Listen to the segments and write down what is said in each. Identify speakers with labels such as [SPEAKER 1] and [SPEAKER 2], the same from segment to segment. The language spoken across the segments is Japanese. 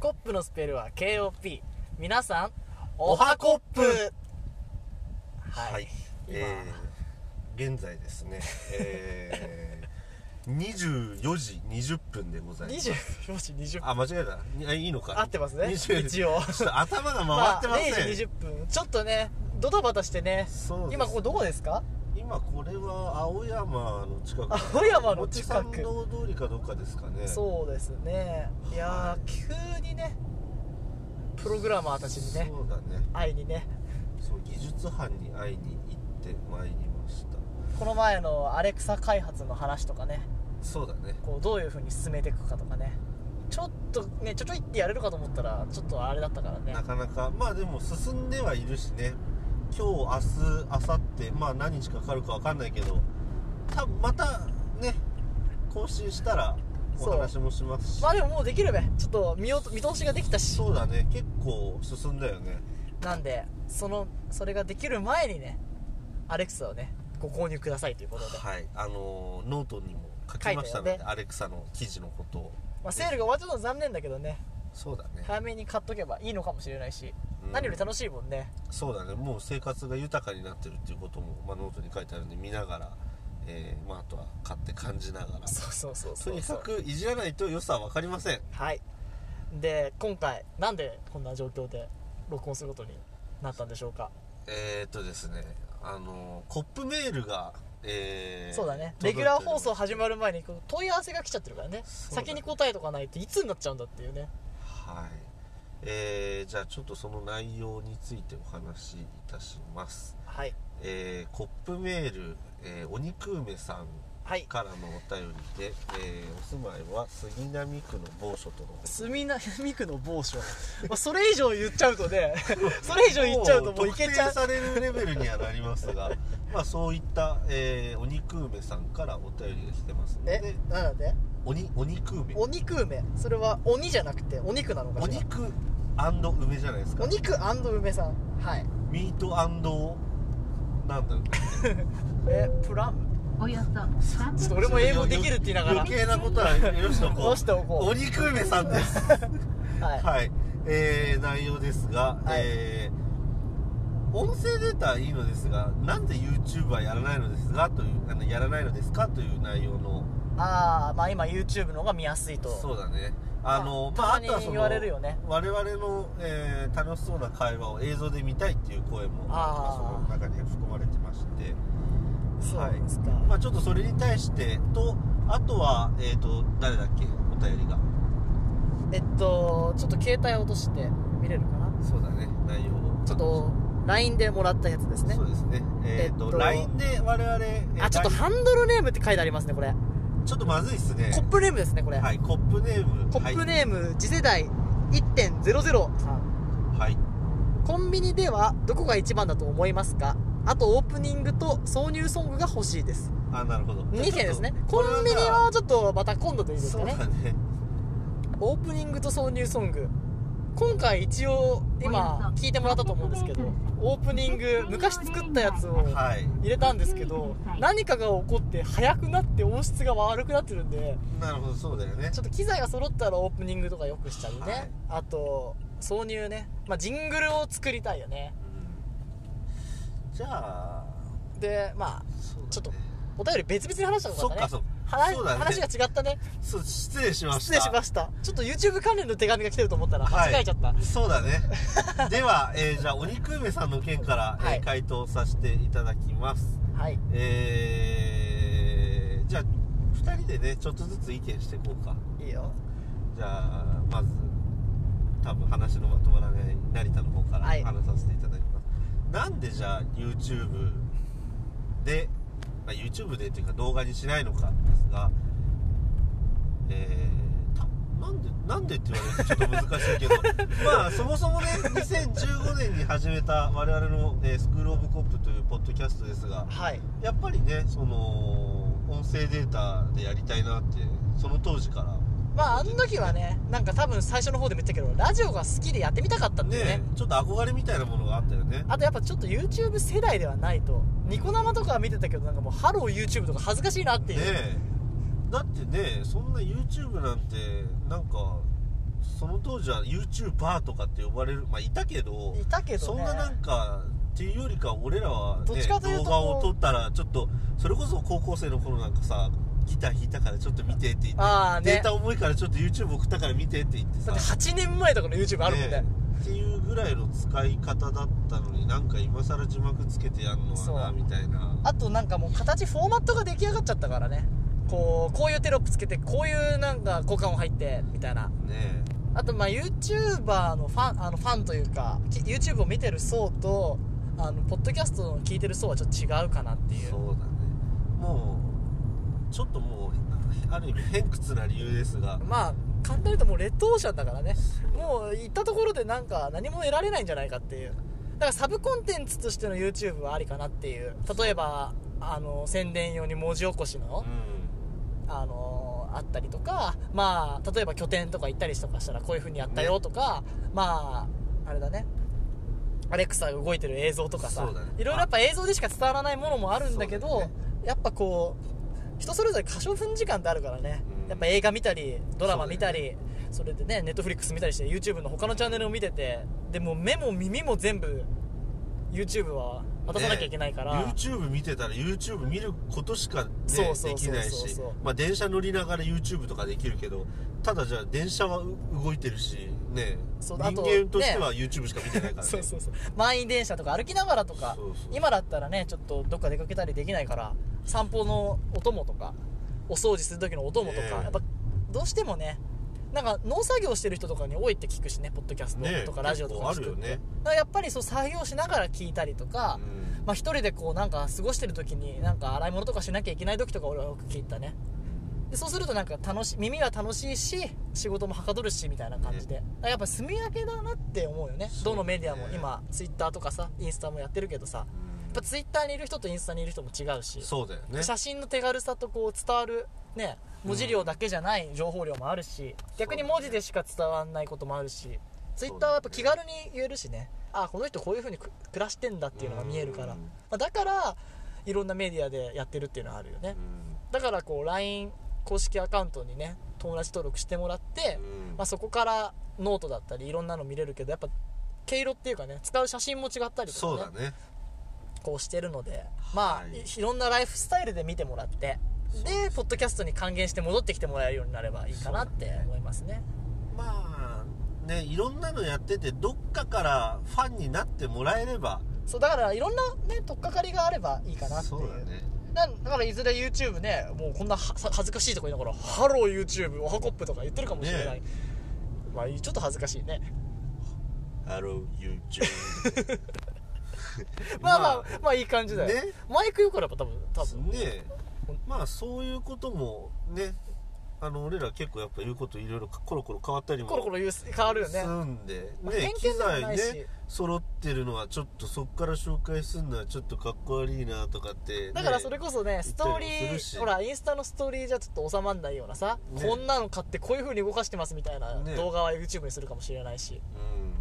[SPEAKER 1] コップのスペルは KOP 皆さん
[SPEAKER 2] おはコップ
[SPEAKER 1] はい、
[SPEAKER 2] はい、
[SPEAKER 1] 今
[SPEAKER 2] えー現在ですね、えー、24時20分でございます
[SPEAKER 1] 24時20分
[SPEAKER 2] あ間違えたにあいいのか
[SPEAKER 1] 合ってますね
[SPEAKER 2] 20
[SPEAKER 1] 一応
[SPEAKER 2] ちょっと頭が回ってません、
[SPEAKER 1] 0時20分ちょっとねドタバタしてね
[SPEAKER 2] そうです
[SPEAKER 1] 今ここどこですか
[SPEAKER 2] 今これは青山の近く
[SPEAKER 1] 青山の近
[SPEAKER 2] 表
[SPEAKER 1] く
[SPEAKER 2] 参道通りかどうかですかね
[SPEAKER 1] そうですねいやー急にねプログラマーたちにね
[SPEAKER 2] そうだね
[SPEAKER 1] 会いにね
[SPEAKER 2] そう技術班に会いに行ってまいりました
[SPEAKER 1] この前のアレクサ開発の話とかね
[SPEAKER 2] そうだね
[SPEAKER 1] こうどういう風に進めていくかとかねちょっとねちょちょいってやれるかと思ったらちょっとあれだったからね
[SPEAKER 2] なかなかまあでも進んではいるしね今日明日明後日まあ何日かかるか分かんないけど多分またね更新したらお
[SPEAKER 1] そう
[SPEAKER 2] 話もしますし
[SPEAKER 1] まあでももうできるべちょっと見ようと見通しができたし
[SPEAKER 2] そうだね結構進んだよね
[SPEAKER 1] なんでそのそれができる前にねアレクサをねご購入くださいということで、
[SPEAKER 2] はいあのーノートにも書きましたの
[SPEAKER 1] 書い
[SPEAKER 2] で、
[SPEAKER 1] たよ
[SPEAKER 2] アレクサの記事のことを
[SPEAKER 1] まあ、セールが終わっちゃったの残念だけどね
[SPEAKER 2] そうだね、
[SPEAKER 1] 早めに買っとけばいいのかもしれないし、
[SPEAKER 2] うん
[SPEAKER 1] 何より楽しいもんね
[SPEAKER 2] そうだねもう生活が豊かになってるっていうことも、まあ、ノートに書いてあるんで見ながら、えーまあ、あとは買って感じながら
[SPEAKER 1] そうそうそう
[SPEAKER 2] と
[SPEAKER 1] そう
[SPEAKER 2] に
[SPEAKER 1] そ
[SPEAKER 2] か
[SPEAKER 1] う
[SPEAKER 2] くいじらないと良さは分かりません
[SPEAKER 1] はいで今回なんでこんな状況で録音することになったんでしょうか
[SPEAKER 2] えー、っとですねあのコップメールが、えー
[SPEAKER 1] そうだね
[SPEAKER 2] 届
[SPEAKER 1] レ
[SPEAKER 2] い
[SPEAKER 1] ギ
[SPEAKER 2] て
[SPEAKER 1] ュ
[SPEAKER 2] おりま
[SPEAKER 1] ラ
[SPEAKER 2] す
[SPEAKER 1] ー放送始まる前にこう問い合わせが来ちゃってるからね
[SPEAKER 2] そうだね
[SPEAKER 1] 先に答えとかないといつになっちゃうんだっていうね
[SPEAKER 2] はいえー、じゃあちょっとその内容についてお話しいたします
[SPEAKER 1] はい
[SPEAKER 2] えーコップメール、えー、お肉梅さん
[SPEAKER 1] はい
[SPEAKER 2] からのお便りで、えーお住まいは杉並区の某所とのこと
[SPEAKER 1] 墨な みくの某所、まあ、それ以上言っちゃうと ねそれ以上言っちゃうともういけちゃう
[SPEAKER 2] 特定されるレベルにはなりますが まあそういった、えー、お肉梅さんからお便りが来てますの
[SPEAKER 1] え
[SPEAKER 2] で
[SPEAKER 1] なんだって
[SPEAKER 2] おにお肉梅
[SPEAKER 1] お肉梅それは鬼じゃなくてお肉なのか
[SPEAKER 2] お
[SPEAKER 1] しら
[SPEAKER 2] 肉梅じゃないですか
[SPEAKER 1] お肉梅さんはい
[SPEAKER 2] ミートなんだろう
[SPEAKER 1] えプラム
[SPEAKER 3] およそ3
[SPEAKER 1] ちょっと俺も英語できるって言いながら
[SPEAKER 2] 余計なことはよしとこう
[SPEAKER 1] よしとこう
[SPEAKER 2] お肉梅さんです
[SPEAKER 1] はい
[SPEAKER 2] はいえー、内容ですが、
[SPEAKER 1] はい
[SPEAKER 2] えー音声データはいいのですがなんで YouTuber やらないのですがというあのやらないのですかという内容の
[SPEAKER 1] ああまあ今 YouTube の方が見やすいと
[SPEAKER 2] そうだねあの
[SPEAKER 1] まあ
[SPEAKER 2] まあ
[SPEAKER 1] たま
[SPEAKER 2] あ
[SPEAKER 1] に
[SPEAKER 2] とはその
[SPEAKER 1] 言われるよね
[SPEAKER 2] 我々の、えー楽しそうな会話を映像で見たいっていう声も
[SPEAKER 1] あー
[SPEAKER 2] まあその中には含まれてまして
[SPEAKER 1] そう
[SPEAKER 2] はい
[SPEAKER 1] ですか、
[SPEAKER 2] まあ、ちょっとそれに対してとあとは、えー、と誰だっけお便りが
[SPEAKER 1] えっとちょっと携帯落として見れるかな
[SPEAKER 2] そうだね内容を
[SPEAKER 1] ちょっと LINE でもらったやつですね
[SPEAKER 2] そうですねえっ、
[SPEAKER 1] えっ
[SPEAKER 2] と
[SPEAKER 1] と
[SPEAKER 2] LINE で我々えー
[SPEAKER 1] あちょっと
[SPEAKER 2] LINE
[SPEAKER 1] ハンドルネームって書いてありますねこれ
[SPEAKER 2] ちょっとまずいっすね
[SPEAKER 1] コップネームですねこれ、
[SPEAKER 2] はいコップネーム
[SPEAKER 1] コップ
[SPEAKER 2] ー
[SPEAKER 1] ネーム、次世代1.00さん
[SPEAKER 2] ムはい、はい
[SPEAKER 1] コンビニではどこが一番だと思いますかあとオープニングと挿入ソングが欲しいです
[SPEAKER 2] あなるほど
[SPEAKER 1] 2件ですね
[SPEAKER 2] ちょっと
[SPEAKER 1] コンビニ
[SPEAKER 2] これ
[SPEAKER 1] は
[SPEAKER 2] は
[SPEAKER 1] ちょっとまた今度でいいです
[SPEAKER 2] そ
[SPEAKER 1] か
[SPEAKER 2] う
[SPEAKER 1] ね
[SPEAKER 2] だね
[SPEAKER 1] オープニングと挿入ソング今回一応今聞いてもらったと思うんですけどオープニング昔作ったやつを
[SPEAKER 2] はい
[SPEAKER 1] 入れたんですけど何かが起こって早くなって音質が悪くなってるんで
[SPEAKER 2] なるほどそうだよね
[SPEAKER 1] ちょっと機材が揃ったらオープニングとかよくしたりね、
[SPEAKER 2] はい
[SPEAKER 1] あと挿入ね、まあ、ジングルを作りたいよね
[SPEAKER 2] うんじゃあ
[SPEAKER 1] でまあ
[SPEAKER 2] そうだね
[SPEAKER 1] ちょっとお便り別々に話したの
[SPEAKER 2] そ
[SPEAKER 1] か
[SPEAKER 2] っ
[SPEAKER 1] った
[SPEAKER 2] か
[SPEAKER 1] ね
[SPEAKER 2] そっか
[SPEAKER 1] 話
[SPEAKER 2] そうだね
[SPEAKER 1] 話が違ったね
[SPEAKER 2] そう失礼しまし
[SPEAKER 1] 失
[SPEAKER 2] た
[SPEAKER 1] 礼しましたちょっと YouTube 関連の手紙が来てると思ったら
[SPEAKER 2] は
[SPEAKER 1] 間違えちゃった、
[SPEAKER 2] い、そうだね では、えーじゃあお肉梅さんの件から、えー
[SPEAKER 1] はい
[SPEAKER 2] 回答させていただきます
[SPEAKER 1] はい
[SPEAKER 2] えーじゃあ2人でねちょっとずつ意見していこうか
[SPEAKER 1] いいよ
[SPEAKER 2] じゃあまず多分話のまとまらない成田の方から
[SPEAKER 1] はい
[SPEAKER 2] 話させていただきます、なんでじゃあ YouTube で、まあ、YouTube でっていうか動画にしないのかですがえーたなんでなんでって言われるとちょっと難しい けどまあそもそもね2015年に始めた我々の、えースクール・オブ・コップというポッドキャストですが
[SPEAKER 1] はい
[SPEAKER 2] やっぱりねその音声データでやりたいなってその当時から
[SPEAKER 1] まああの時はねなんか多分最初の方でも言ったけどラジオが好きでやってみたかったんだよね
[SPEAKER 2] ねちょっと憧れみたいなものがあったよね
[SPEAKER 1] あとやっぱちょっと YouTube 世代ではないとニコ生とかは見てたけどなんかもうハロー YouTube とか恥ずかしいなってい
[SPEAKER 2] ね
[SPEAKER 1] う、
[SPEAKER 2] えだってねそんな YouTube なんてなんかその当時は YouTuber とかって呼ばれるまあいたけど
[SPEAKER 1] いたけどね
[SPEAKER 2] そんななんかっていうよりか俺らは、ね、
[SPEAKER 1] どっちかというと
[SPEAKER 2] 動画を撮ったらちょっとそれこそ高校生の頃なんかさギター弾いたからちょっと見てって言って、
[SPEAKER 1] ああ
[SPEAKER 2] デー
[SPEAKER 1] ね
[SPEAKER 2] タ重いからちょっと YouTube 送ったから見てって言って
[SPEAKER 1] だ
[SPEAKER 2] さ
[SPEAKER 1] って8年前とかの YouTube あるもんね
[SPEAKER 2] ねっていうぐらいの使い方だったのになんか今更字幕つけてやんのは
[SPEAKER 1] そ
[SPEAKER 2] な
[SPEAKER 1] う
[SPEAKER 2] みたいな
[SPEAKER 1] あとなんかもう形フォーマットが出来上がっちゃったからねこうこういうテロップつけてこういうなんか効果音入ってみたいな
[SPEAKER 2] ね
[SPEAKER 1] あとまあ YouTuber のファンあのファンというかき YouTube を見てる層とあのポッドキャストの聞いてる層はちょっと違うかなっていう
[SPEAKER 2] そうだねもうちょっともうある意味偏屈な理由ですが
[SPEAKER 1] まあ簡単に言うともう劣等者だからねもう行ったところでなんか何も得られないんじゃないかっていうだからサブコンテンツとしての YouTube はありかなっていう例えばあの宣伝用に文字起こしの、
[SPEAKER 2] う
[SPEAKER 1] あのあったりとかまあ例えば拠点とか行ったりとかしたらこういう風にやったよとか、まああれだねアレクサが動いてる映像とかさ、
[SPEAKER 2] そうだね
[SPEAKER 1] いろいろやっぱ映像でしか伝わらないものもあるんだけ
[SPEAKER 2] そう
[SPEAKER 1] ど
[SPEAKER 2] だね
[SPEAKER 1] やっぱこう人それぞれ過小分時間ってあるからね、
[SPEAKER 2] うん
[SPEAKER 1] やっぱ映画見たりドラマ見たりそ,、れでねネットフリックス見たりして YouTube の他のチャンネルを見ててでもう目も耳も全部 YouTube は渡さなきゃいけないから、
[SPEAKER 2] ね YouTube 見てたら YouTube 見ることしか、ね、
[SPEAKER 1] そうそうそうそう
[SPEAKER 2] できないし
[SPEAKER 1] そう
[SPEAKER 2] まあ電車乗りながら YouTube とかできるけどただじゃあ電車はう動いてるしね
[SPEAKER 1] そ
[SPEAKER 2] 人
[SPEAKER 1] うあと
[SPEAKER 2] 間としては YouTube しか見てないか らね
[SPEAKER 1] そうそうそう満員電車とか歩きながらとか
[SPEAKER 2] そうそう
[SPEAKER 1] 今だったらねちょっとどっか出かけたりできないから散歩のお供とかお掃除する時のお供とか、
[SPEAKER 2] ねえ
[SPEAKER 1] やっぱどうしてもねなんか農作業してる人とかに多いって聞くしねポッドキャス
[SPEAKER 2] ね
[SPEAKER 1] トとかラジオとかも聞くって、
[SPEAKER 2] 結構あるよね
[SPEAKER 1] だからやっぱりそう作業しながら聞いたりとか、
[SPEAKER 2] うん
[SPEAKER 1] まあ、一人でこうなんか過ごしてる時になんか洗い物とかしなきゃいけない時とか俺はよく聞いたねでそうするとなんか楽し耳は楽しいし仕事もはかどるしみたいな感じで、だからやっぱ住み分けだなって思うよね
[SPEAKER 2] そう
[SPEAKER 1] どのメディアも
[SPEAKER 2] ね
[SPEAKER 1] 今ツイッターとかさインスタもやってるけどさやっぱツイッターにいる人とインスタにいる人も違うし
[SPEAKER 2] そうだよね
[SPEAKER 1] 写真の手軽さとこう伝わるね文字量だけじゃない情報量もあるし、逆に文字でしか伝わらないこともあるしツイッターはやっぱ気軽に言えるしねあこの人こういうふうにく暮らしてんだっていうのが見えるから、
[SPEAKER 2] うん
[SPEAKER 1] まあだからいろんなメディアでやってるっていうのはあるよね、だからこう LINE 公式アカウントにね友達登録してもらって、
[SPEAKER 2] うん
[SPEAKER 1] まあ、そこからノートだったりいろんなの見れるけどやっぱ毛色っていうかね使う写真も違ったりと
[SPEAKER 2] そう
[SPEAKER 1] か
[SPEAKER 2] だ
[SPEAKER 1] ね
[SPEAKER 2] ね
[SPEAKER 1] こうしてるのでまあ、
[SPEAKER 2] はいい、
[SPEAKER 1] ろんなライフスタイルで見てもらってでポッドキャストに還元して戻ってきてもらえるようになればいいかなって思いますね
[SPEAKER 2] まあねいろんなのやっててどっかからファンになってもらえれば
[SPEAKER 1] そうだからいろんなね取っかかりがあればいいかなっていう
[SPEAKER 2] そうだね
[SPEAKER 1] なだからいずれ YouTube ねもうこんなは恥ずかしいとか言いながら「ハロー YouTube おはコップ」とか言ってるかもしれない、
[SPEAKER 2] ね
[SPEAKER 1] まあちょっと恥ずかしいね
[SPEAKER 2] Hello YouTube
[SPEAKER 1] まあまあまあいい感じだよ、
[SPEAKER 2] ね
[SPEAKER 1] マイクよからやっぱ多分多分
[SPEAKER 2] ねまあそういうこともねあの俺ら結構やっぱ言うこといろいろコロコロ変わったりも
[SPEAKER 1] コロコロ言う変わるよね
[SPEAKER 2] するんで、
[SPEAKER 1] まあ
[SPEAKER 2] ね
[SPEAKER 1] 偏見
[SPEAKER 2] 機
[SPEAKER 1] でもな
[SPEAKER 2] 材
[SPEAKER 1] いし
[SPEAKER 2] ね揃ってるのはちょっとそっから紹介するのはちょっとかっこ悪いなとかってね、
[SPEAKER 1] だからそれこそねストーリ
[SPEAKER 2] 言ったりもする
[SPEAKER 1] ー
[SPEAKER 2] し
[SPEAKER 1] ほらインスタのストーリーじゃちょっと収まんないようなさ、
[SPEAKER 2] ね
[SPEAKER 1] こんなの買ってこういう風に動かしてますみたいな
[SPEAKER 2] ね
[SPEAKER 1] 動画は YouTube にするかもしれないし、
[SPEAKER 2] うん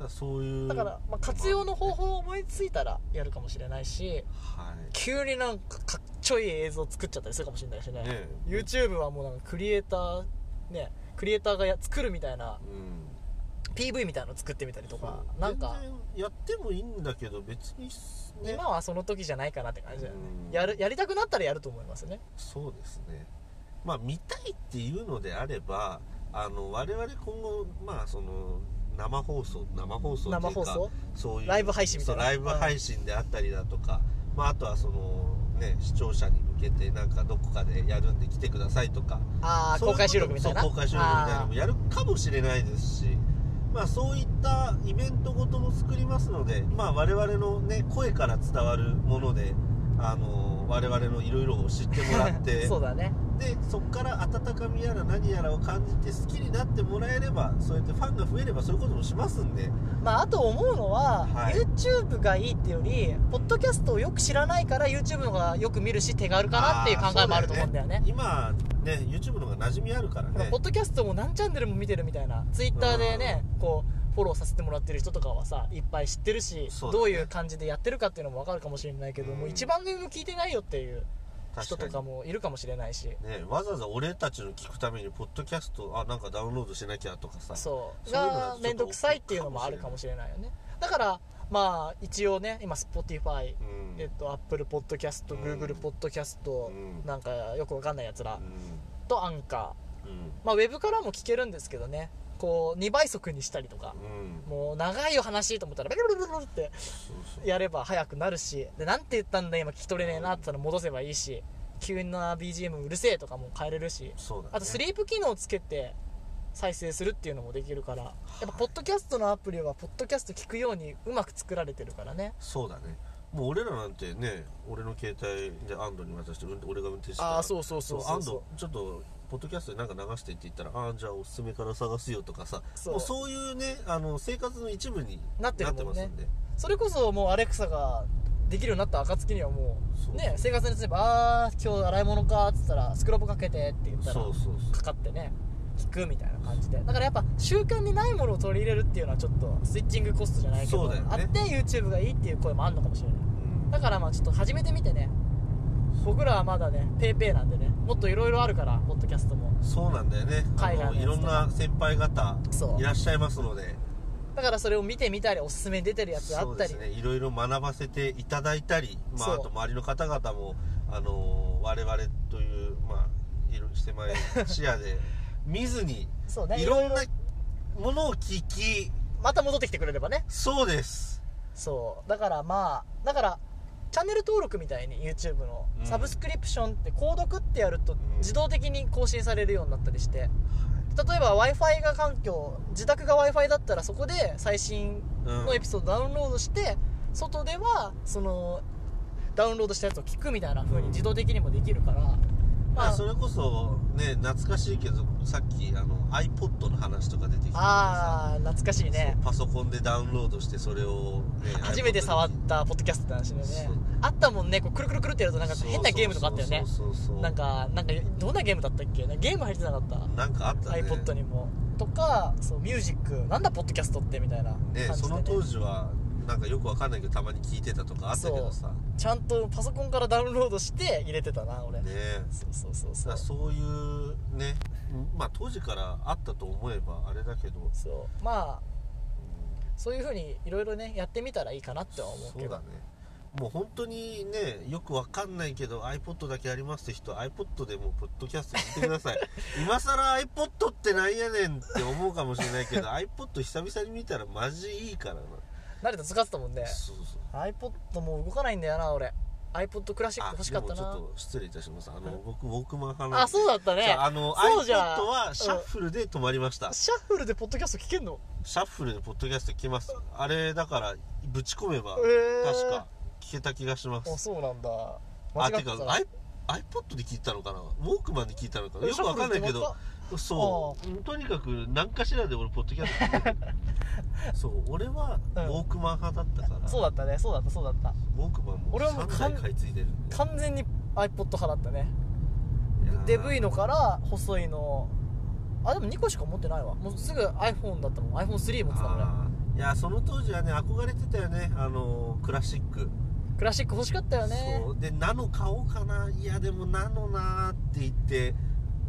[SPEAKER 2] だからそういう
[SPEAKER 1] だから、まあ、活用の方法を思いついたらやるかもしれないし
[SPEAKER 2] はい
[SPEAKER 1] 急になんかかっちょいい映像作っちゃったりするかもしれないしね
[SPEAKER 2] ね
[SPEAKER 1] YouTube はもうなんかクリエイターねクリエイターがや作るみたいな
[SPEAKER 2] うん
[SPEAKER 1] PV みたいなの作ってみたりとか
[SPEAKER 2] そう
[SPEAKER 1] なんか
[SPEAKER 2] 全然やってもいいんだけど別にね
[SPEAKER 1] 今はその時じゃないかなって感じだよね
[SPEAKER 2] うん
[SPEAKER 1] やるやりたくなったらやると思いますね
[SPEAKER 2] そうですねまあ見たいっていうのであればあの我々今後まあその生放送生放送っていうか
[SPEAKER 1] 生放送
[SPEAKER 2] そういう
[SPEAKER 1] ライブ配信みたいな
[SPEAKER 2] そうライブ配信であったりだとか、まあ、あとはそのね視聴者に向けてなんかどこかでやるんで来てくださいとか
[SPEAKER 1] ああ
[SPEAKER 2] そ
[SPEAKER 1] 公
[SPEAKER 2] ううこと
[SPEAKER 1] 開収録みたいな
[SPEAKER 2] そう公開収録みたいなの
[SPEAKER 1] あ
[SPEAKER 2] もやるかもしれないですしまあそういったイベントごとも作りますのでまあ我々のね声から伝わるものであの我々のいろいろを知ってもらっ
[SPEAKER 1] ー
[SPEAKER 2] て
[SPEAKER 1] そうだね
[SPEAKER 2] でそこから温かみやら何やらを感じて好きになってもらえればそうやってファンが増えればそういうこともしますんで
[SPEAKER 1] まああと思うのは、
[SPEAKER 2] はい
[SPEAKER 1] YouTube がいいってよりポッドキャストをよく知らないから YouTube の方がよく見るし手軽かなっていう考えもあると思うんだよね
[SPEAKER 2] 今ね YouTube の方が馴染みあるから
[SPEAKER 1] ほら
[SPEAKER 2] ね
[SPEAKER 1] ポッドキャストも何チャンネルも見てるみたいな Twitter でねこうフォローさせてもらってる人とかはさいっぱい知ってるし、
[SPEAKER 2] そうだね
[SPEAKER 1] どういう感じでやってるかっていうのも分かるかもしれないけど、
[SPEAKER 2] うん
[SPEAKER 1] もう一番組も聞いてないよっていう
[SPEAKER 2] 確か
[SPEAKER 1] 人
[SPEAKER 2] に
[SPEAKER 1] とかもいるかもしれないし
[SPEAKER 2] ねわざわざ俺たちの聞くためにポッドキャストあなんかダウンロードしなきゃとかさ
[SPEAKER 1] そう
[SPEAKER 2] そういうのはちょ
[SPEAKER 1] が
[SPEAKER 2] っと
[SPEAKER 1] 面倒くさいっていうのもあるかもしれないよねだからまあ一応ね今 Spotify
[SPEAKER 2] うん
[SPEAKER 1] えっと、アップルポッドキャスト、
[SPEAKER 2] うん
[SPEAKER 1] グーグルポッドキャスト、
[SPEAKER 2] うん
[SPEAKER 1] なんかよくわかんないやつら、
[SPEAKER 2] う
[SPEAKER 1] とアンカ
[SPEAKER 2] んうん
[SPEAKER 1] ー、まあ、ウェブからも聞けるんですけどね、こう、2倍速にしたりとか、
[SPEAKER 2] うん
[SPEAKER 1] もう長いよ話と思ったら、ベルベルベルベルって
[SPEAKER 2] そうそう
[SPEAKER 1] やれば早くなるし、で、なんて言ったんだ今聞き取れねえなって言ったら戻せばいいし、急な BGM うるせえとかも変えれるし、
[SPEAKER 2] そうだ、ね、
[SPEAKER 1] あとスリープ機能つけて再生するっていうのもできるから、やっぱポッドキャストのアプリは、ポッドキャスト聞くようにうまく作られてるからね。
[SPEAKER 2] そうだねもう俺らなんてね俺の携帯で安藤に渡してうん俺が運転してたら
[SPEAKER 1] ああ、そうそうそうそうそう。
[SPEAKER 2] 安藤ちょっとポッドキャストでなんか流してって言ったらああじゃあおすすめから探すよとかさ
[SPEAKER 1] そう
[SPEAKER 2] もうそういうねあの生活の一部に
[SPEAKER 1] なってるもんね
[SPEAKER 2] なってますんで
[SPEAKER 1] それこそもうアレクサができるようになった暁にはも
[SPEAKER 2] そう
[SPEAKER 1] うね生活にすれば「あー今日洗い物か」っつったら「スクロボかけて」って言ったら
[SPEAKER 2] そうそうそう
[SPEAKER 1] かかってね聞くみたいな感じでだからやっぱ習慣にないものを取り入れるっていうのはちょっとスイッチングコストじゃないけ
[SPEAKER 2] そ
[SPEAKER 1] ど、
[SPEAKER 2] うだよね
[SPEAKER 1] あって YouTube がいいっていう声もあるのかもしれない
[SPEAKER 2] うん
[SPEAKER 1] だからまあちょっと始めてみてね僕らはまだねペイペイなんでねもっといろいろあるからポッドキャストも
[SPEAKER 2] そうなんだよねあ
[SPEAKER 1] 海外のや
[SPEAKER 2] の
[SPEAKER 1] つとか
[SPEAKER 2] いろんな先輩方
[SPEAKER 1] そう
[SPEAKER 2] いらっしゃいますので
[SPEAKER 1] だからそれを見てみたりおすすめに出てるやつあ
[SPEAKER 2] そう
[SPEAKER 1] っ
[SPEAKER 2] で
[SPEAKER 1] た
[SPEAKER 2] す
[SPEAKER 1] り、
[SPEAKER 2] ねいろいろ学ばせていただいたり、まあ、
[SPEAKER 1] そ
[SPEAKER 2] あ
[SPEAKER 1] う
[SPEAKER 2] と周りの方々もあの我々というまあいろいろ狭い視野 で見ずに
[SPEAKER 1] そうね
[SPEAKER 2] いろんなものを聞き
[SPEAKER 1] また戻ってきてくれればね
[SPEAKER 2] そうです
[SPEAKER 1] そうだからまあだからチャンネル登録みたいに YouTube の
[SPEAKER 2] うん
[SPEAKER 1] サブスクリプションって購読ってやると
[SPEAKER 2] ん
[SPEAKER 1] 自動的に更新されるようになったりして例えば w i f i が環境自宅が w i f i だったらそこで最新
[SPEAKER 2] うん
[SPEAKER 1] のエピソードダウンロードして外ではそのダウンロードしたやつを聞くみたいな風に自動的にもできるから
[SPEAKER 2] ま
[SPEAKER 1] ま
[SPEAKER 2] あ、
[SPEAKER 1] あ
[SPEAKER 2] それこそね懐かしいけどさっきあの iPod の話とか出てきたからさ
[SPEAKER 1] あー懐かしいね
[SPEAKER 2] そうパソコンでダウンロードしてそれを、ね、
[SPEAKER 1] 初めて
[SPEAKER 2] iPod に
[SPEAKER 1] 触ったポッドキャストって話だよね
[SPEAKER 2] そう
[SPEAKER 1] あったもんねこうくるくるくるってやるとなんか変なゲームとかあったよね
[SPEAKER 2] そうそうそうそう
[SPEAKER 1] なんかなんかどんなゲームだったっけゲーム入ってなかった
[SPEAKER 2] なんかあったね
[SPEAKER 1] iPod にもとかそうミュージックなんだポッドキャストってみたいな感じで、
[SPEAKER 2] ね
[SPEAKER 1] ね、
[SPEAKER 2] その当時はなんかよくわかんないけどたまに聞いてたとかあったけどさ
[SPEAKER 1] ちゃんとパソコンからダウンロードして入れてたな俺、
[SPEAKER 2] ね
[SPEAKER 1] そうそうそう
[SPEAKER 2] だか
[SPEAKER 1] そう
[SPEAKER 2] らそういうねまあ当時からあったと思えばあれだけど
[SPEAKER 1] そうまあそういうふうにいろいろねやってみたらいいかなっては思う
[SPEAKER 2] そ
[SPEAKER 1] け
[SPEAKER 2] う
[SPEAKER 1] ど
[SPEAKER 2] だねもう本当にねよくわかんないけど iPod だけありますって人 iPod でもうポッドキャスト聞いてく ださい今更 iPod ってなんやねんって思うかもしれないけど iPod 久々に見たらマジいいからな
[SPEAKER 1] 慣れて使ってたもんね
[SPEAKER 2] そうそう
[SPEAKER 1] iPod もう動かないんだよな俺 iPod クラシック
[SPEAKER 2] あ
[SPEAKER 1] 欲しかった
[SPEAKER 2] でも
[SPEAKER 1] な
[SPEAKER 2] ちょっと失礼いたしますあの僕ウォークマン派なんで
[SPEAKER 1] あそうだった
[SPEAKER 2] じ
[SPEAKER 1] ね
[SPEAKER 2] ゃああの
[SPEAKER 1] そうじ
[SPEAKER 2] iPod
[SPEAKER 1] ゃん
[SPEAKER 2] はシャッフルで止まりました、
[SPEAKER 1] シャッフルでポッドキャスト聞けんの
[SPEAKER 2] シャッフルでポッドキャスト聞きますあれだからぶち込めば、
[SPEAKER 1] えー
[SPEAKER 2] 確か聞けた気がしま
[SPEAKER 1] あ
[SPEAKER 2] す
[SPEAKER 1] そうなんだ間違
[SPEAKER 2] あ
[SPEAKER 1] っててた
[SPEAKER 2] か
[SPEAKER 1] な
[SPEAKER 2] iP- iPod で聞いたのかなウォークマンで聞いたのかな
[SPEAKER 1] え
[SPEAKER 2] よくわかんないけ
[SPEAKER 1] シャッフルって
[SPEAKER 2] どそうとにかく何かしらで俺ポッドキャスト 聞いてるそう俺は
[SPEAKER 1] う
[SPEAKER 2] ウ
[SPEAKER 1] ん
[SPEAKER 2] ォークマン派だったから、
[SPEAKER 1] そうだったねそうだったそうだった
[SPEAKER 2] ウォークマンも
[SPEAKER 1] 俺はもう
[SPEAKER 2] 3台
[SPEAKER 1] 完
[SPEAKER 2] 買い継いでるんで
[SPEAKER 1] 完全に iPod 派だったね
[SPEAKER 2] いやー
[SPEAKER 1] で V のから細いのあでも2個しか持ってないわもうすぐ iPhone だったもん iPhone3 持ってたもんね
[SPEAKER 2] あーいやその当時はね憧れてたよねあのークラシック
[SPEAKER 1] クラシック欲しかったよね
[SPEAKER 2] そうでナノ買おうかないやでもナノなーって言って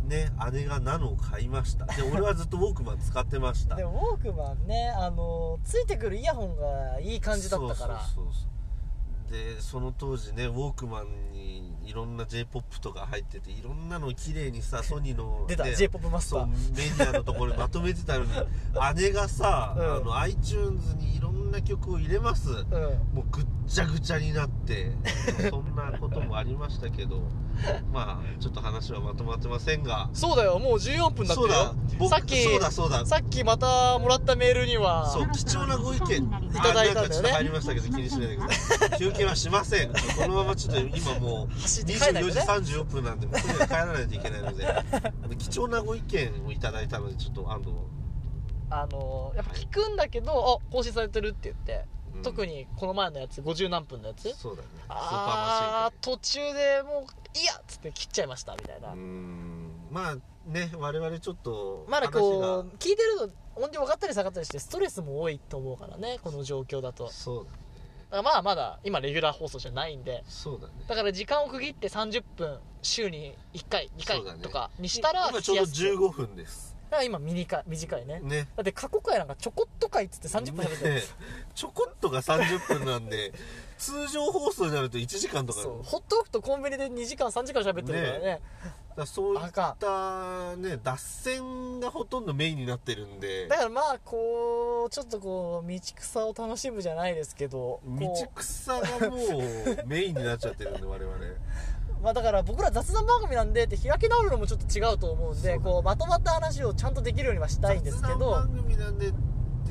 [SPEAKER 2] ね姉がナノを買いましたで俺はずっとウォークマン使ってました
[SPEAKER 1] でもウォークマンねあのついてくるイヤホンがいい感じだったから
[SPEAKER 2] そうそうそうそうでその当時ねウォークマンにいろんな j p o p とか入ってていろんなの綺麗 にさソニーの
[SPEAKER 1] 出た
[SPEAKER 2] ね
[SPEAKER 1] j p o p マスタ
[SPEAKER 2] そう
[SPEAKER 1] ー
[SPEAKER 2] メディアのところにまとめてたの に姉がさ、
[SPEAKER 1] うん
[SPEAKER 2] あの iTunes にいろんな曲を入れます
[SPEAKER 1] うん
[SPEAKER 2] もうぐっちゃぐちゃになって そんなこともありましたけどまあちょっと話はまとまってませんが
[SPEAKER 1] そうだよもう14分だって
[SPEAKER 2] そうだ
[SPEAKER 1] よ
[SPEAKER 2] 僕
[SPEAKER 1] さっき
[SPEAKER 2] そうだそうだ
[SPEAKER 1] さっきまたもらったメールには
[SPEAKER 2] そう貴重なご意見
[SPEAKER 1] いただいたんだよね
[SPEAKER 2] あなんかちょっと入りましたけど気にしないでください休憩はしませんこのままちょっと今もう
[SPEAKER 1] 走って帰らない
[SPEAKER 2] 24
[SPEAKER 1] と
[SPEAKER 2] 時
[SPEAKER 1] ね
[SPEAKER 2] 34分なんでもうとにかく帰らないといけないのであの貴重なご意見をいただいたのでちょっと安藤
[SPEAKER 1] あのやっぱ聞くんだけど、あ更新されてるって言って、
[SPEAKER 2] うん
[SPEAKER 1] 特にこの前のやつ50何分のやつ
[SPEAKER 2] そうだねスー
[SPEAKER 1] あ
[SPEAKER 2] パーマシン
[SPEAKER 1] ー途中でもういいやっつって切っちゃいましたみたいな、
[SPEAKER 2] からうーんまあね我々ちょっと
[SPEAKER 1] まだこ
[SPEAKER 2] 話
[SPEAKER 1] う聞いてると音量上がったり下がったりしてストレスも多いと思うからねこの状況だ
[SPEAKER 2] が
[SPEAKER 1] と
[SPEAKER 2] そうだね
[SPEAKER 1] からまあまだ今レギュラー放送じゃないんで
[SPEAKER 2] そうだね
[SPEAKER 1] だから時間を区切って30分週に1回2
[SPEAKER 2] そうだ
[SPEAKER 1] 回
[SPEAKER 2] ね
[SPEAKER 1] とかにしたら
[SPEAKER 2] 今
[SPEAKER 1] 聞
[SPEAKER 2] ちょ
[SPEAKER 1] き
[SPEAKER 2] うど
[SPEAKER 1] やすく
[SPEAKER 2] 15分です
[SPEAKER 1] だから今短い短いね
[SPEAKER 2] ね
[SPEAKER 1] だって過去回なんかちょこっと回っつって30分喋ってる、
[SPEAKER 2] ねちょこっとが30分なんで通常放送になると1時間とか
[SPEAKER 1] そうホットドッグとコンビニで2時間3時間喋ってるからね
[SPEAKER 2] だからそういっ
[SPEAKER 1] あか
[SPEAKER 2] たね脱線がほとんどメインになってるんで
[SPEAKER 1] だからまあこうちょっとこう道草を楽しむじゃないですけどこう
[SPEAKER 2] 道草がもうメインになっちゃってるんで我々
[SPEAKER 1] まあだから僕ら雑談番組なんでって開き直るのもちょっと違うと思うん
[SPEAKER 2] そう
[SPEAKER 1] で
[SPEAKER 2] だね
[SPEAKER 1] こうまとまった話をちゃんとできるようにはしたいんですけ
[SPEAKER 2] 雑談
[SPEAKER 1] ど
[SPEAKER 2] 番組なんでで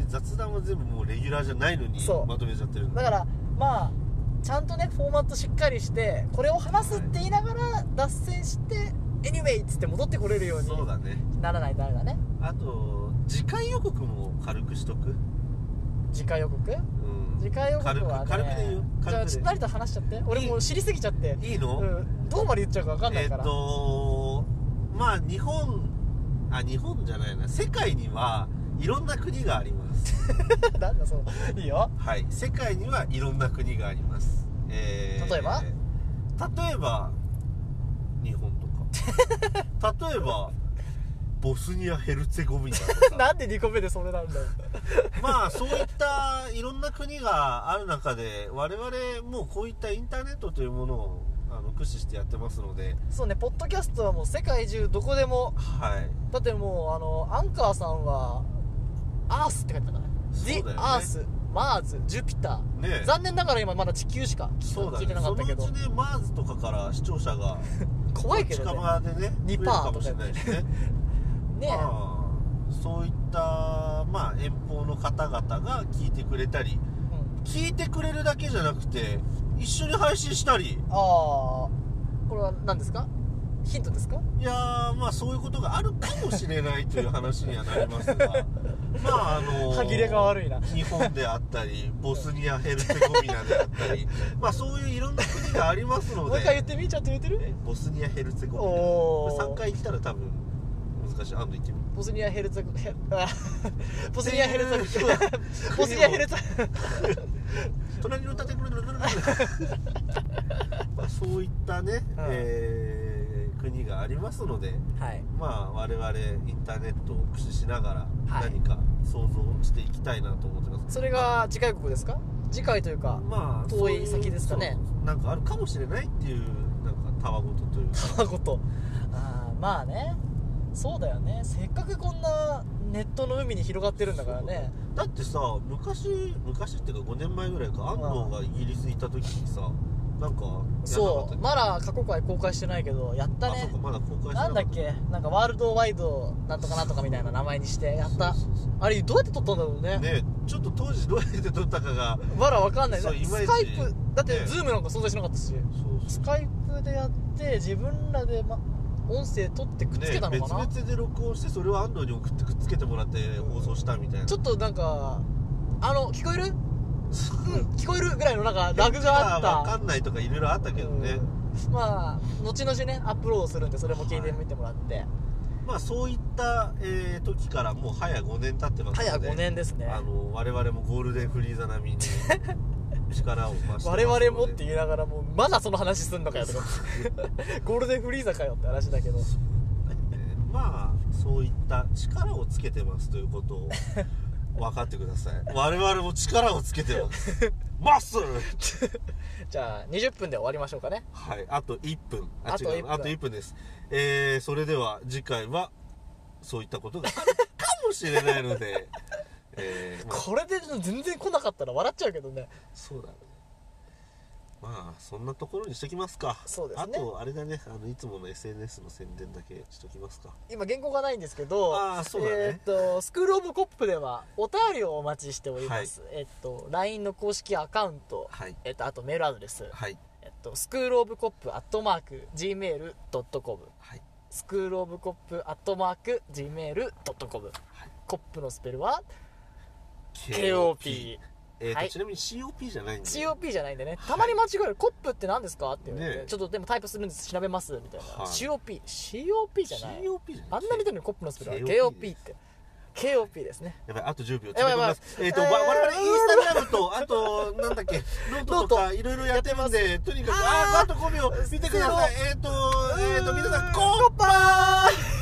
[SPEAKER 2] 雑談は全部もうレギュラーじゃないのに
[SPEAKER 1] そう
[SPEAKER 2] まとめちゃってるんで
[SPEAKER 1] だからまあちゃんとねフォーマットしっかりしてこれを話すって言いながら脱線して「Anyway」っつって戻ってこれるよう
[SPEAKER 2] そう
[SPEAKER 1] に
[SPEAKER 2] だね
[SPEAKER 1] ならないとあれだね
[SPEAKER 2] あと次回予告も軽くしとく
[SPEAKER 1] 次回予告
[SPEAKER 2] うん
[SPEAKER 1] 次回予告はね
[SPEAKER 2] 軽く軽くでいいよ
[SPEAKER 1] じゃ
[SPEAKER 2] 軽
[SPEAKER 1] あ
[SPEAKER 2] く
[SPEAKER 1] ちょっ
[SPEAKER 2] で
[SPEAKER 1] と成田話しちゃって俺もう知りすぎちゃって
[SPEAKER 2] いいの、
[SPEAKER 1] うんどうまで言っちゃうか分かんな
[SPEAKER 2] え
[SPEAKER 1] い
[SPEAKER 2] っ、
[SPEAKER 1] から、
[SPEAKER 2] とまあ日本あ日本じゃないな世界にはいろんな国があります
[SPEAKER 1] なんだそういいよ
[SPEAKER 2] はい世界にはいろんな国があります、えー
[SPEAKER 1] 例えば
[SPEAKER 2] 例えば日本と か例えばボスニア・ヘルツェゴビナとか
[SPEAKER 1] なんで2個目でそれなんだよ
[SPEAKER 2] まあそういったいろんな国がある中で我々もうこういったインターネットというものをあの駆使してやってますので
[SPEAKER 1] そうねポッドキャストはもう世界中どこでも
[SPEAKER 2] はい
[SPEAKER 1] だってもうあのアンカーさんはアースって書いてたから
[SPEAKER 2] そうだ
[SPEAKER 1] The
[SPEAKER 2] よね
[SPEAKER 1] Earth Mars Jupiter
[SPEAKER 2] ねえ
[SPEAKER 1] 残念ながら今まだ地球しか
[SPEAKER 2] そうだ
[SPEAKER 1] 聞いて
[SPEAKER 2] ね
[SPEAKER 1] なか
[SPEAKER 2] そ
[SPEAKER 1] った
[SPEAKER 2] の
[SPEAKER 1] け
[SPEAKER 2] う
[SPEAKER 1] ど
[SPEAKER 2] ちねマーズとかから視聴者が
[SPEAKER 1] 怖いけど
[SPEAKER 2] 近
[SPEAKER 1] ね
[SPEAKER 2] 場でね
[SPEAKER 1] 2%
[SPEAKER 2] 増えるかもしれないしね
[SPEAKER 1] ねえ
[SPEAKER 2] まあそういった、まあ、遠方の方々が聞いてくれたり
[SPEAKER 1] うん
[SPEAKER 2] 聞いてくれるだけじゃなくて一緒に配信したり
[SPEAKER 1] ああこれは何ですかヒントですか
[SPEAKER 2] いやーまあそういうことがあるかもしれないという話にはなりま すがまああの
[SPEAKER 1] 歯切れが悪いな
[SPEAKER 2] 日本であったりボスニア・ヘルツェゴビナであったりまあそういういろんな国がありますので
[SPEAKER 1] もう一回言ってみちゃんと言ってる
[SPEAKER 2] ボスニア・ヘルツェゴビナ
[SPEAKER 1] おお
[SPEAKER 2] 3回行ったら多分難しい安藤行ってみ
[SPEAKER 1] ボスニアヘルツェゴヘ あボスニアヘルツェゴ
[SPEAKER 2] っていう
[SPEAKER 1] ボスニアヘルツェ
[SPEAKER 2] 隣の建物の まあそういったね、えー国がありますので
[SPEAKER 1] はい
[SPEAKER 2] まあ我々インターネットを駆使しながら
[SPEAKER 1] はい
[SPEAKER 2] 何か想像していきたいなと思ってます、
[SPEAKER 1] それが次回国ですか次回というか
[SPEAKER 2] まあ
[SPEAKER 1] 遠い
[SPEAKER 2] そうう
[SPEAKER 1] 先ですかね
[SPEAKER 2] そうなんかあるかもしれないっていうなんかたわごとというか
[SPEAKER 1] たわごとあーまあねそうだよねせっかくこんなネットの海に広がってるんだからね
[SPEAKER 2] だってさ昔昔っていうか5年前ぐらいか安藤がイギリスにいた時にさなんかやらなかったっけ
[SPEAKER 1] そうまだ過去回公開してないけどやった
[SPEAKER 2] あそう
[SPEAKER 1] ね
[SPEAKER 2] かまだ公開して
[SPEAKER 1] なんだっ
[SPEAKER 2] か
[SPEAKER 1] けなんかワールドワイドなんとかなんとかみたいな名前にしてやった
[SPEAKER 2] そうそうそう
[SPEAKER 1] あれどうやって撮ったんだろうね
[SPEAKER 2] ねちょっと当時どうやって撮ったかが
[SPEAKER 1] まだわかんない
[SPEAKER 2] そういま
[SPEAKER 1] ス
[SPEAKER 2] いち
[SPEAKER 1] カイプだって
[SPEAKER 2] ね
[SPEAKER 1] ズームなんか存在しなかったし
[SPEAKER 2] そう
[SPEAKER 1] スカイプでやって自分らで、ま、音声取ってくっつけたのかな、
[SPEAKER 2] 別々で録音してそれを安藤に送ってくっつけてもらって放送したみたいな
[SPEAKER 1] ちょ
[SPEAKER 2] っ
[SPEAKER 1] っとなんかあの聞こえるうん
[SPEAKER 2] と
[SPEAKER 1] 聞こえるぐらいのなんかラグがあった
[SPEAKER 2] 分かんないとかいろいろあったけどね、
[SPEAKER 1] うんまあ後々ねアップロードするんでそれも聞いてみてもらって、
[SPEAKER 2] まあそういった、えー時からもう早5年経ってます
[SPEAKER 1] 早
[SPEAKER 2] ので
[SPEAKER 1] 5年ですね
[SPEAKER 2] あの我々もゴールデンフリーザ並みに力を増してますので
[SPEAKER 1] 我々もって言いながらもうまだその話すんのかよ とかゴールデンフリーザかよって話だけど
[SPEAKER 2] えーまあそういった力をつけてますということ を分かってください我々も力をつけてます マッスル
[SPEAKER 1] じゃあ20分で終わりましょうかね
[SPEAKER 2] はいあと1分あ
[SPEAKER 1] あと
[SPEAKER 2] 違
[SPEAKER 1] 1
[SPEAKER 2] う
[SPEAKER 1] 分
[SPEAKER 2] あと1分ですえー、それでは次回はそういったこと があるかもしれないのでえー、まあ
[SPEAKER 1] これで全然来なかったら笑っちゃうけどね
[SPEAKER 2] そうだねまあそんなところにしときますか
[SPEAKER 1] そうですね
[SPEAKER 2] あとあれだねあのいつもの SNS の宣伝だけしときますか
[SPEAKER 1] 今原稿がないんですけど
[SPEAKER 2] あーそうだね
[SPEAKER 1] えーっとスクール・オブ・コップではお便りをお待ちしております、えーっと LINE の公式アカウント、
[SPEAKER 2] はい
[SPEAKER 1] えーっとあとメールアドレス、
[SPEAKER 2] はい
[SPEAKER 1] えっと、スクールオブコップアットマーク Gmail.com
[SPEAKER 2] はい
[SPEAKER 1] スクールオブコップアットマーク Gmail.com
[SPEAKER 2] はい
[SPEAKER 1] コップのスペルは
[SPEAKER 2] KOP
[SPEAKER 1] KOP
[SPEAKER 2] えーと
[SPEAKER 1] はい
[SPEAKER 2] ちなみに COP じゃないんで
[SPEAKER 1] COP じゃないんでねたまに間違える、コップって何ですかって言われて、
[SPEAKER 2] ねえ
[SPEAKER 1] ちょっとでもタイプするんです調べますみたいな、
[SPEAKER 2] はい
[SPEAKER 1] COP COP じゃない
[SPEAKER 2] COP じゃない
[SPEAKER 1] あんな見てるのにコップのスペルは
[SPEAKER 2] KOP
[SPEAKER 1] KOP って KOP ですね
[SPEAKER 2] やばい、あと10秒。詰め込みます。え
[SPEAKER 1] や
[SPEAKER 2] っ、と、
[SPEAKER 1] ば
[SPEAKER 2] わ
[SPEAKER 1] いやばい
[SPEAKER 2] 我々
[SPEAKER 1] えー
[SPEAKER 2] インスタグラムと、あと、なんだっけ、ノートと
[SPEAKER 1] ノー
[SPEAKER 2] か、いろいろやってるんで、とにかく、あーあと5秒、見てください。えっ、と、えっ、と、皆さん、コン
[SPEAKER 1] パー